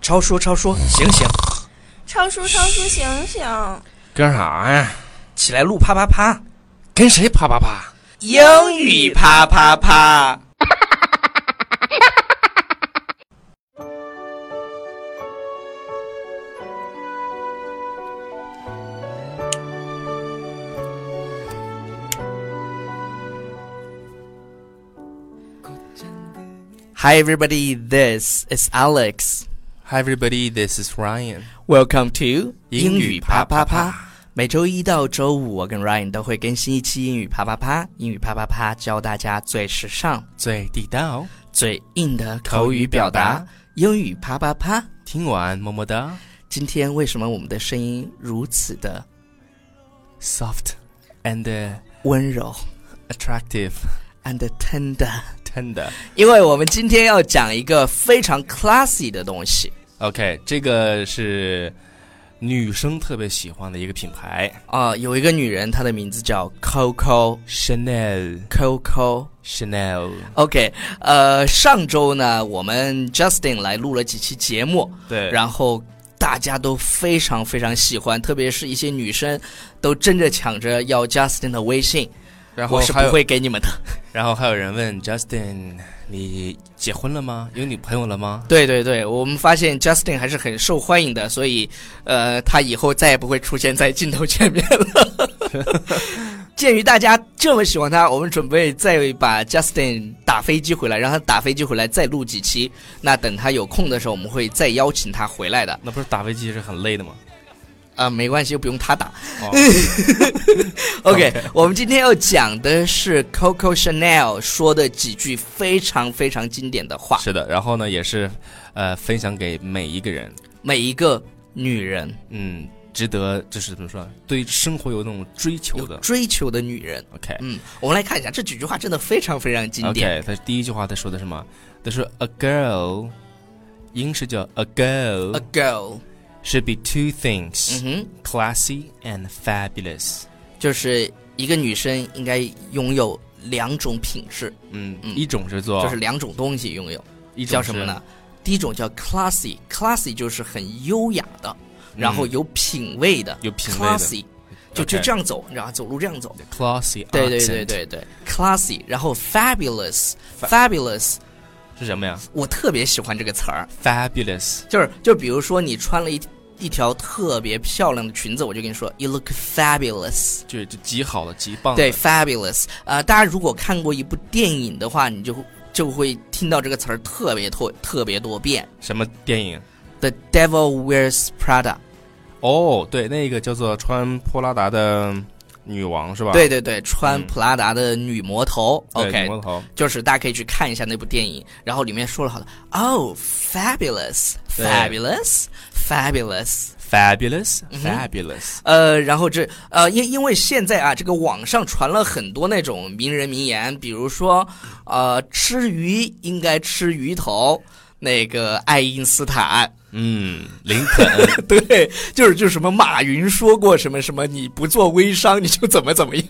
超叔，超嗯叔，醒醒，超叔，超叔，醒醒！干啥呀？起来录啪啪啪，啊哎跟谁啪啪啪？英语啪啪啪。Hi everybody, this is Alex. Hi everybody, this is Ryan. Welcome to 英语啪啪啪。每周一到周五，我跟 Ryan 都会更新一期英语啪啪啪。英语啪啪啪教大家最时尚、最地道，最硬的口语表口达语表达。英语啪啪啪。听完么么哒今天为什么我们的声音如此的，soft and uh, 温柔 attractive and tender？ tender。因为我们今天要讲一个非常 classy 的东西 OK，这个是女生特别喜欢的一个品牌啊、有一个女人，她的名字叫 Coco ，Chanel Coco。 Chanel。 OK，呃，上周呢，我们 Justin 来录了几期节目，对，然后大家都非常非常喜欢，特别是一些女生都争着抢着要 Justin 的微信，然后我是不还有，会给你 们的。然后还有人问 Justin，你结婚了吗？有女朋友了吗？对对对，我们发现 Justin 还是很受欢迎的，所以呃，他以后再也不会出现在镜头前面 了。鉴于大家这么喜欢他，我们准备再把 Justin 打飞机回来，让他打飞机回来再录几期。那等他有空的时候，我们会再邀请他回来的。那不是打飞机是很累的吗？啊、没关系，又不用他打。 哦 OK，我们今天要讲的是 Coco Chanel 说的几句非常非常经典的话，是的，然后呢，也是，呃，分享给每一个人，每一个女人嗯，值得就是怎么说，对生活有那种追求有的。追求的女人。 OK 嗯，我们来看一下这几句话，真的非常非常经典。 OK，他第一句话他说的什么？他说 A girl，英式叫 A girl A girl， should be two 嗯 things，classy、哼， and fabulous。就是一个女生应该拥有两种品质，嗯，嗯一种是做，就是两种东西拥有，一种叫什是么？呢？第一种叫 classy，classy 就是很优雅的，然后嗯有品味的有品味的，classy，就就这样走，你知道吗？走路这样走。 ，classy，对对 accent 对对对，classy，然后 fabulous，fabulous，是什么呀我特别喜欢这个词儿， ？fabulous，就是就比如说你穿了一一条特别漂亮的裙子，我就跟你说，you look fabulous。就是就极好的、极棒的。对，fabulous。呃，大家如果看过一部电影的话，你就就会听到这个词儿特别多、特别多遍。什么电影？ The devil wears Prada。哦，对，那个叫做穿普拉达的女王是吧？对对对，穿嗯普拉达的女魔头。对 OK，魔头。就是大家可以去看一下那部电影，然后里面说了好多哦对，fabulous，fabulous，fabulous。 Fabulous, 嗯哼 fabulous，、呃，然后这呃，因因为现在啊，这个网上传了很多那种名人名言，比如说，呃，吃鱼应该吃鱼头，那个爱因斯坦，嗯，林肯， 对，就是就是什么马云说过什么什么，你不做微商你就怎么怎么样，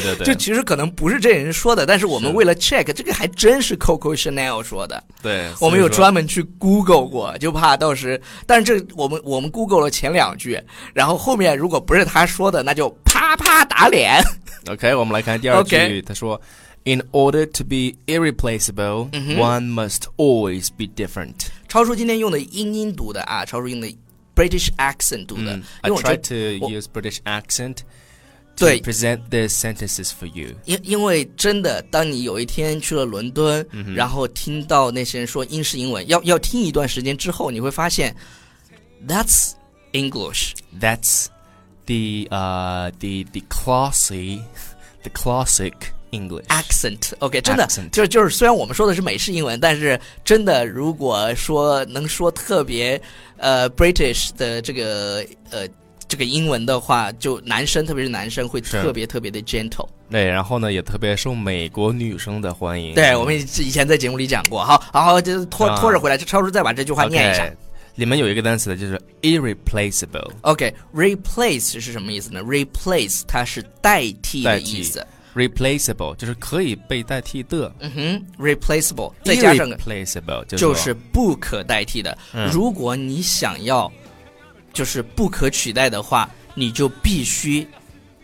对对，这其实可能不是这人说的，但是我们是为了 check 这个还真是 Coco Chanel 说的，对，我们所以有说专门去 Google 过，就怕到时，但是这我们我们 Google 了前两句，然后后面如果不是他说的，那就啪啪打脸。 OK，我们来看第二句 OK 他说，In order to be irreplaceable,、one Mm-hmm. must always be different. 超叔今天用的英音读的啊，超叔用的 British accent 读的，嗯 I 因为我觉 try 得 to 我 use British accent to 对 present the sentences for you. 因因为真的，当你有一天去了伦敦，嗯然后听到那些人说英式英文，要要听一段时间之后，你会发现 That's English。 That's the uh the the classy, the classic English. accent，OK，、真的 Accent 就就是虽然我们说的是美式英文，但是真的如果说能说特别呃 British 的这个呃这个英文的话，就男生特别是男生会是特别特别的 gentle。对，然后呢，也特别受美国女生的欢迎。对，我们以以前在节目里讲过，好，好，好，就是拖啊拖着回来，超叔再把这句话念一下。 OK，里面有一个单词就是 irreplaceable， OK，replace、是什么意思呢？replace 它是代替的代替意思， replaceable 就是可以被代替的，嗯哼，replaceable，再加上个 replaceable 就就是是不可代替的。嗯如果你想要就是不可取代的话，你就必须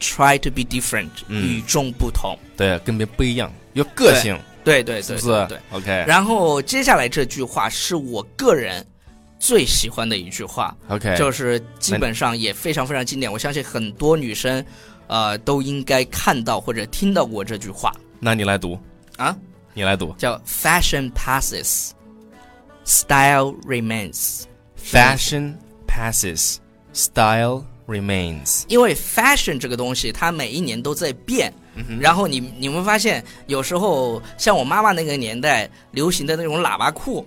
try to be different，、嗯与众不同。对跟别人不一样，有个性，对对是对哎不对是对。 ？OK 然后接下来这句话是我个人最喜欢的一句话， OK，就是基本上也非常非常经典，我相信很多女生呃都应该看到或者听到过这句话那你来读，啊，你来读叫 “Fashion passes, style remains”。 ，fashion passes, style remains。因为 fashion 这个东西，它每一年都在变。嗯然后你你会发现，有时候像我妈妈那个年代流行的那种喇叭裤，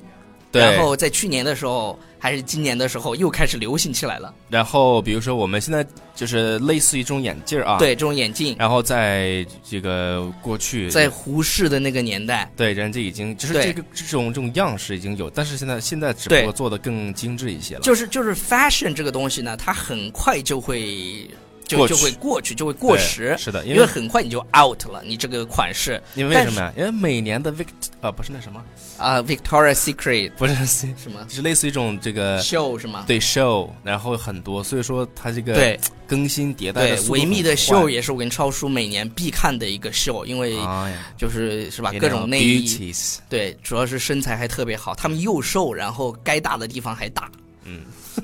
对，然后在去年的时候还是今年的时候又开始流行起来了。然后比如说我们现在就是类似于这种眼镜儿啊，，对，这种眼镜，然后在这个过去在胡适的那个年代，对，人家已经就是对这个这种这种样式已经有，但是现在现在只对不过做的更精致一些了。就是就是 fashion 这个东西呢，它很快就会就过去就会过去，就会过对时，是的，因因为为很快你就 out 了，你这个款式因为为什么呀？因为每年的 Vict 啊不是那什么， 啊、v i c t o r i a Secret 不是什么就是类似于一种这个 show 是吗？对 show，然后很多，所以说它这个对，更新迭代的对，速度维密很的秀快也是我跟超叔每年必看的一个秀，因为哎呀，就是是吧， you 各 know, 种内衣， beauties 对，主要是身材还特别好，他们又瘦，然后该大的地方还大。嗯，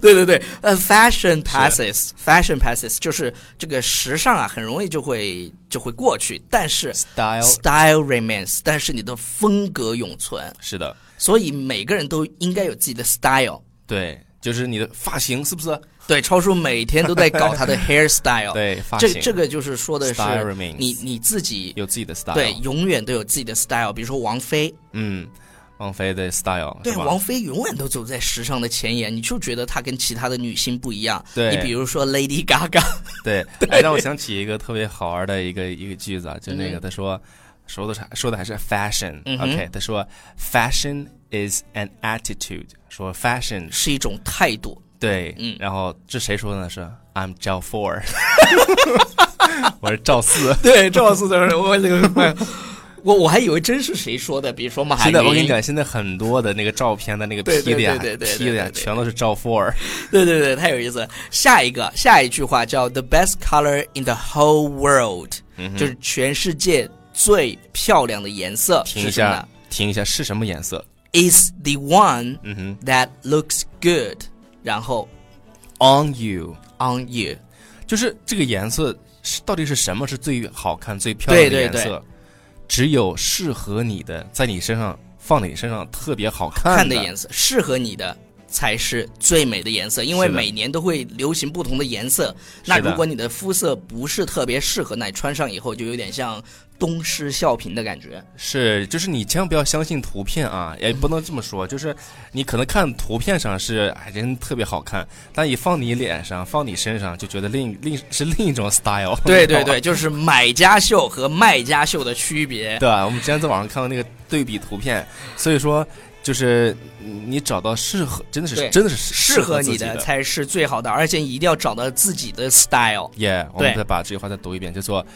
对对对，呃，fashion passes，fashion passes，就是这个时尚啊，很容易就会就会过去，但是 style style remains，但是你的风格永存，是的，所以每个人都应该有自己的 style。对，就是你的发型是不是？对，超叔每天都在搞他 的 hairstyle，对，发这型这个就是说的是 Style remains 你你自己有自己的 style，对，永远都有自己的 style。比如说王菲，嗯，王菲的 style，对是吧王菲永远都走在时尚的前沿，你就觉得她跟其他的女星不一样。对你比如说 Lady Gaga， 对，哎，让我想起一个特别好玩的一个一个句子啊，就那个他说说的是说的还是 fashion，OK，、嗯哼 OK，他说 fashion is an attitude，说 fashion 是一种态度。对，嗯然后这谁说的呢？是 I'm 赵 four，我是赵四。对，赵四的，我这个， 我我还以为真是谁说的，比如说马现在我跟你，讲，现在很多的那个照片的那个 P 对对的呀对对对对 P 的呀对，对全都是赵 four。对对对，太有意思了。下一个，下一句话叫 The best color in the whole world，、就是嗯全世界最漂亮的颜色听是一什么下呢，听一下是什么颜色？ ？Is the one 嗯哼 that looks good，然后，On you， on you。就是这个颜色是到底是什么是最好看、最漂亮的对颜对色？只有适合你的，在你身上放在你身上特别好看看的颜色，适合你的才是最美的颜色，因为是的每年都会流行不同的颜色。那是的如果你的肤色不是特别适合，那你穿上以后就有点像东施效颦的感觉。是，就是你千万不要相信图片啊，也不能这么说，就是你可能看图片上是哎真特别好看，但一放你脸上、放你身上，就觉得另另是另一种 style。 对对对，就是买家秀和卖家秀的区 别。对，我们之前在网上看到那个对比图片，所以说就是你找到适合，真的对是真的是适合自你己的的。才是最好的，而且一定要找到自己的 style。耶，我们对再把这句话再读一遍，叫做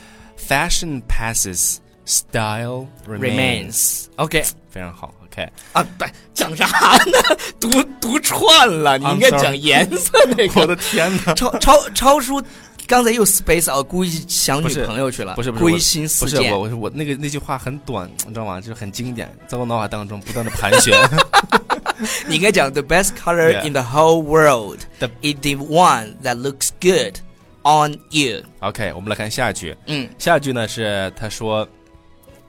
“Fashion passes, style remains”， remains OK 非常好。OK，啊，不讲啥呢？读读串了，你 I'm 应该 sorry 讲颜色 那个。我的天哪！ 超超超叔刚才又 space out，故意想不女是朋友去了，不是不是归我心似不是箭我，。我是我那个那句话很短，你知道吗？就是很经典，在我脑海当中不断的盘 旋。你应该讲 the best color Yeah in the whole world The- is the one that looks good on you。 OK，我们来看下一句。嗯，下一句呢是他说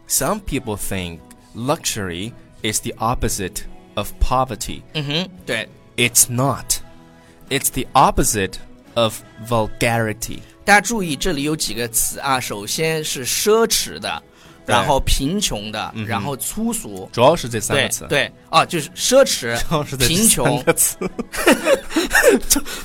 ，Some people think luxury is the opposite of poverty. 嗯哼，对。 It's not. It's the opposite of vulgarity. 大家注意，这里有几个词啊，首先是奢侈的，对然后贫穷的，嗯哼然后粗俗。主要是这三个对词。，对啊，就是奢 侈主要是、这贫三穷、个词。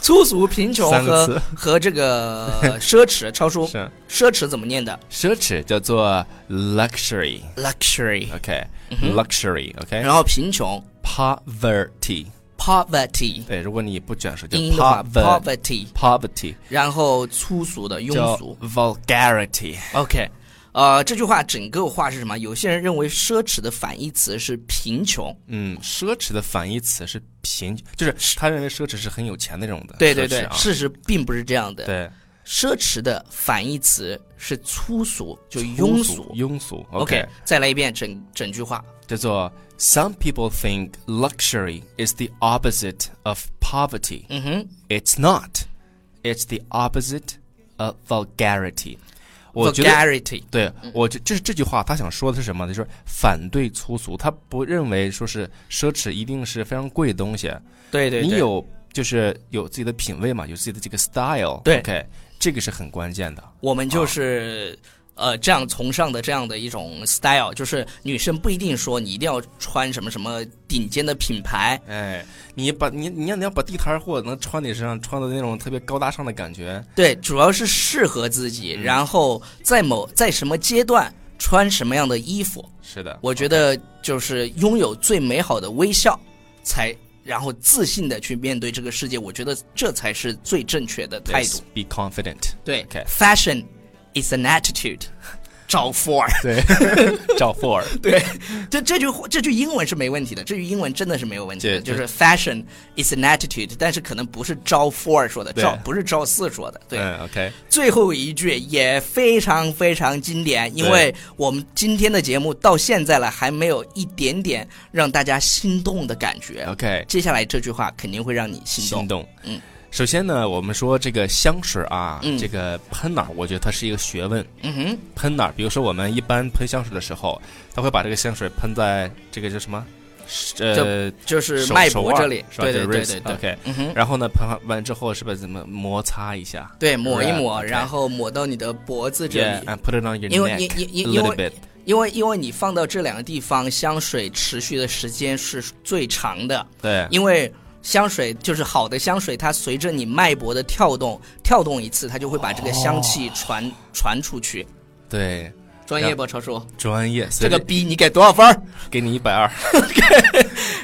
粗俗、贫穷三个和词和这个奢侈。超叔， 是奢侈怎么念的奢侈叫做 luxury。 ？luxury。 OK，luxury。OK，然后贫穷 poverty。 poverty，对，如果你不卷舌，叫英音的话 poverty poverty， poverty，然后粗俗的庸叫俗。 vulgarity， OK，呃，这句话整个话是什么？有些人认为奢侈的反义词是贫穷，嗯，奢侈的反义词是贫，就是他认为奢侈是很有钱那种的，对对奢对侈，啊事实并不是这样的。对，奢侈的反义词是粗俗，就庸俗俗。庸俗 OK，再来一遍整整句话。叫做 Some people think luxury is the opposite of poverty. 嗯哼 It's not. It's the opposite of vulgarity. 我觉得。 ，vulgarity。对我这这这句话，他想说的是什么呢？就是反对粗俗，他不认为说是奢侈一定是非常贵的东西。对对，你对有就是有自己的品味嘛，有自己的这个 style。对，OK，这个是很关键的。我们就是、呃这样崇尚的这样的一种 style，就是女生不一定说你一定要穿什么什么顶尖的品牌，哎，你把你你要你要把地摊货能穿你身上，穿的那种特别高大上的感觉，对，主要是适合自己，嗯然后在某在什么阶段穿什么样的衣服，是的。我觉得就是拥有最美好的微笑，才然后自信的去面对这个世界，我觉得这才是最正确的态度 Yes,。Be confident，对 OK ，fashion is an attitude，找 富儿。 对，赵富尔，对，这这句这句英文是没问题的，这句英文真的是没有问题的，对就对是 fashion is an attitude，但是可能不是赵four 说的，对赵不是赵四说的，对。嗯，OK，最后一句也非常非常经典，因对为我们今天的节目到现在了，还没有一点点让大家心动的感觉。 OK，接下来这句话肯定会让你呃心动。心动。嗯，首先呢，我们说这个香水啊，嗯这个喷哪儿，我觉得它是一个学问。嗯哼，喷哪儿，比如说我们一般喷香水的时候，他会把这个香水喷在这个叫什么？是呃，就是手脉手搏腕这儿里，是吧对就对是对对 wrist，对， OK，嗯哼，然后呢，喷完之后是不是怎么摩擦一下对抹一抹， Right，OK 然后抹到你的脖子这里？Yeah，and 啊 put it on your 因为 neck 因 a 因因为 little bit。因为因为你放到这两个地方，香水持续的时间是最长的，对，因为香水就是好的香水，它随着你脉搏的跳动，跳动一次，它就会把这个香哦气传、传出去。对，专业不，超叔？专业。这随个着逼你给多少分儿？给你一百二，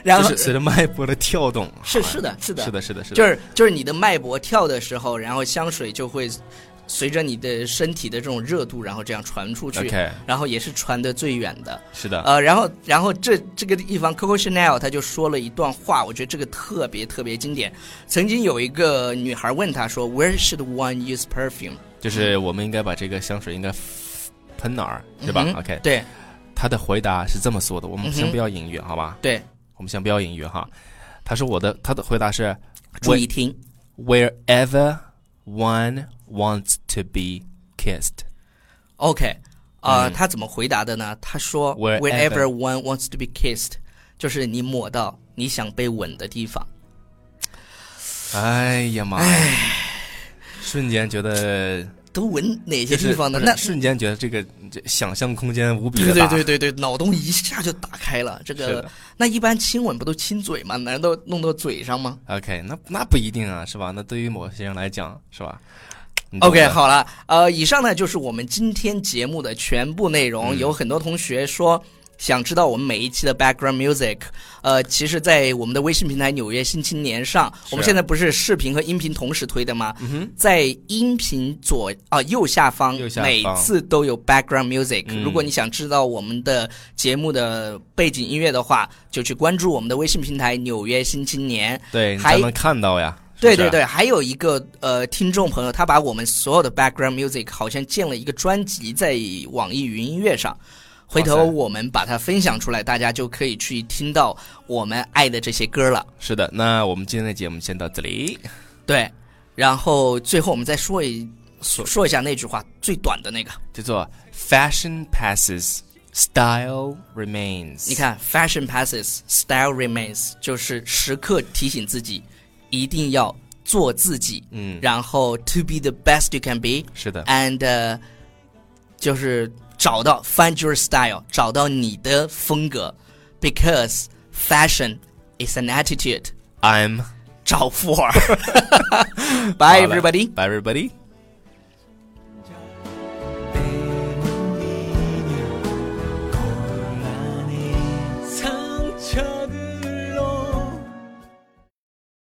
然后就是随着脉搏的跳动。是是的，是的，是的，是的，是的。就是就是你的脉搏跳的时候，然后香水就会随着你的身体的这种热度，然后这样传出去 OK，然后也是传得最远的。是的。呃，然后，然后这这个地方，Coco Chanel 他就说了一段话，我觉得这个特别特别经典。曾经有一个女孩问他说，Where should one use perfume？就是我们应该把这个香水应该 f- 喷哪儿，对吧、嗯哼 o k 对他的回答是这么说的，我们嗯先哼不要隐喻，好吧？对，我们先不要隐喻哈。他说我的他的回答是注意听， wherever one wants to be kissed。 OK，呃，他怎么回答的呢？他说嗯 Wherever Wherever one wants to be kissed，就是你抹到你想被吻的地方。哎呀妈呀！瞬间觉得都吻哪些就地是方呢？不是那瞬间觉得这个这想象空间无比对的对大。对对对，脑洞一下就打开了。这是个的那一般亲吻不都亲嘴吗？难道弄到嘴上吗？ OK，那那不一定啊，是吧？那对于某些人来讲，是吧你懂 OK，的好了，呃，以上呢就是我们今天节目的全部内容。嗯有很多同学说想知道我们每一期的 background music，呃，其实，在我们的微信平台《纽约新青年》上，啊我们现在不是视频和音频同时推的吗？在音频左啊、右下方，嗯右下方每次都有 background music、嗯如果你想知道我们的节目的背景音乐的话，就去关注我们的微信平台《纽约新青年》。对，你还才能看到呀。是对不是对，对，还有一个呃，听众朋友，他把我们所有的 background music 好像建了一个专辑在网易云音乐上，回头哇塞我们把它分享出来，大家就可以去听到我们爱的这些歌了。是的。那我们今天的节目先到这里。对，然后最后我们再说一说一下那句话最短的那个，叫做 Fashion passes, style remains。你，看，fashion passes, style remains，就是时刻提醒自己一定要做自己，嗯，然后 to be the best you can be。是的， and、uh, 就是找到 find your style，找到你的风格，because fashion is an attitude。 I'm 找富二，bye 好了 everybody。 bye everybody。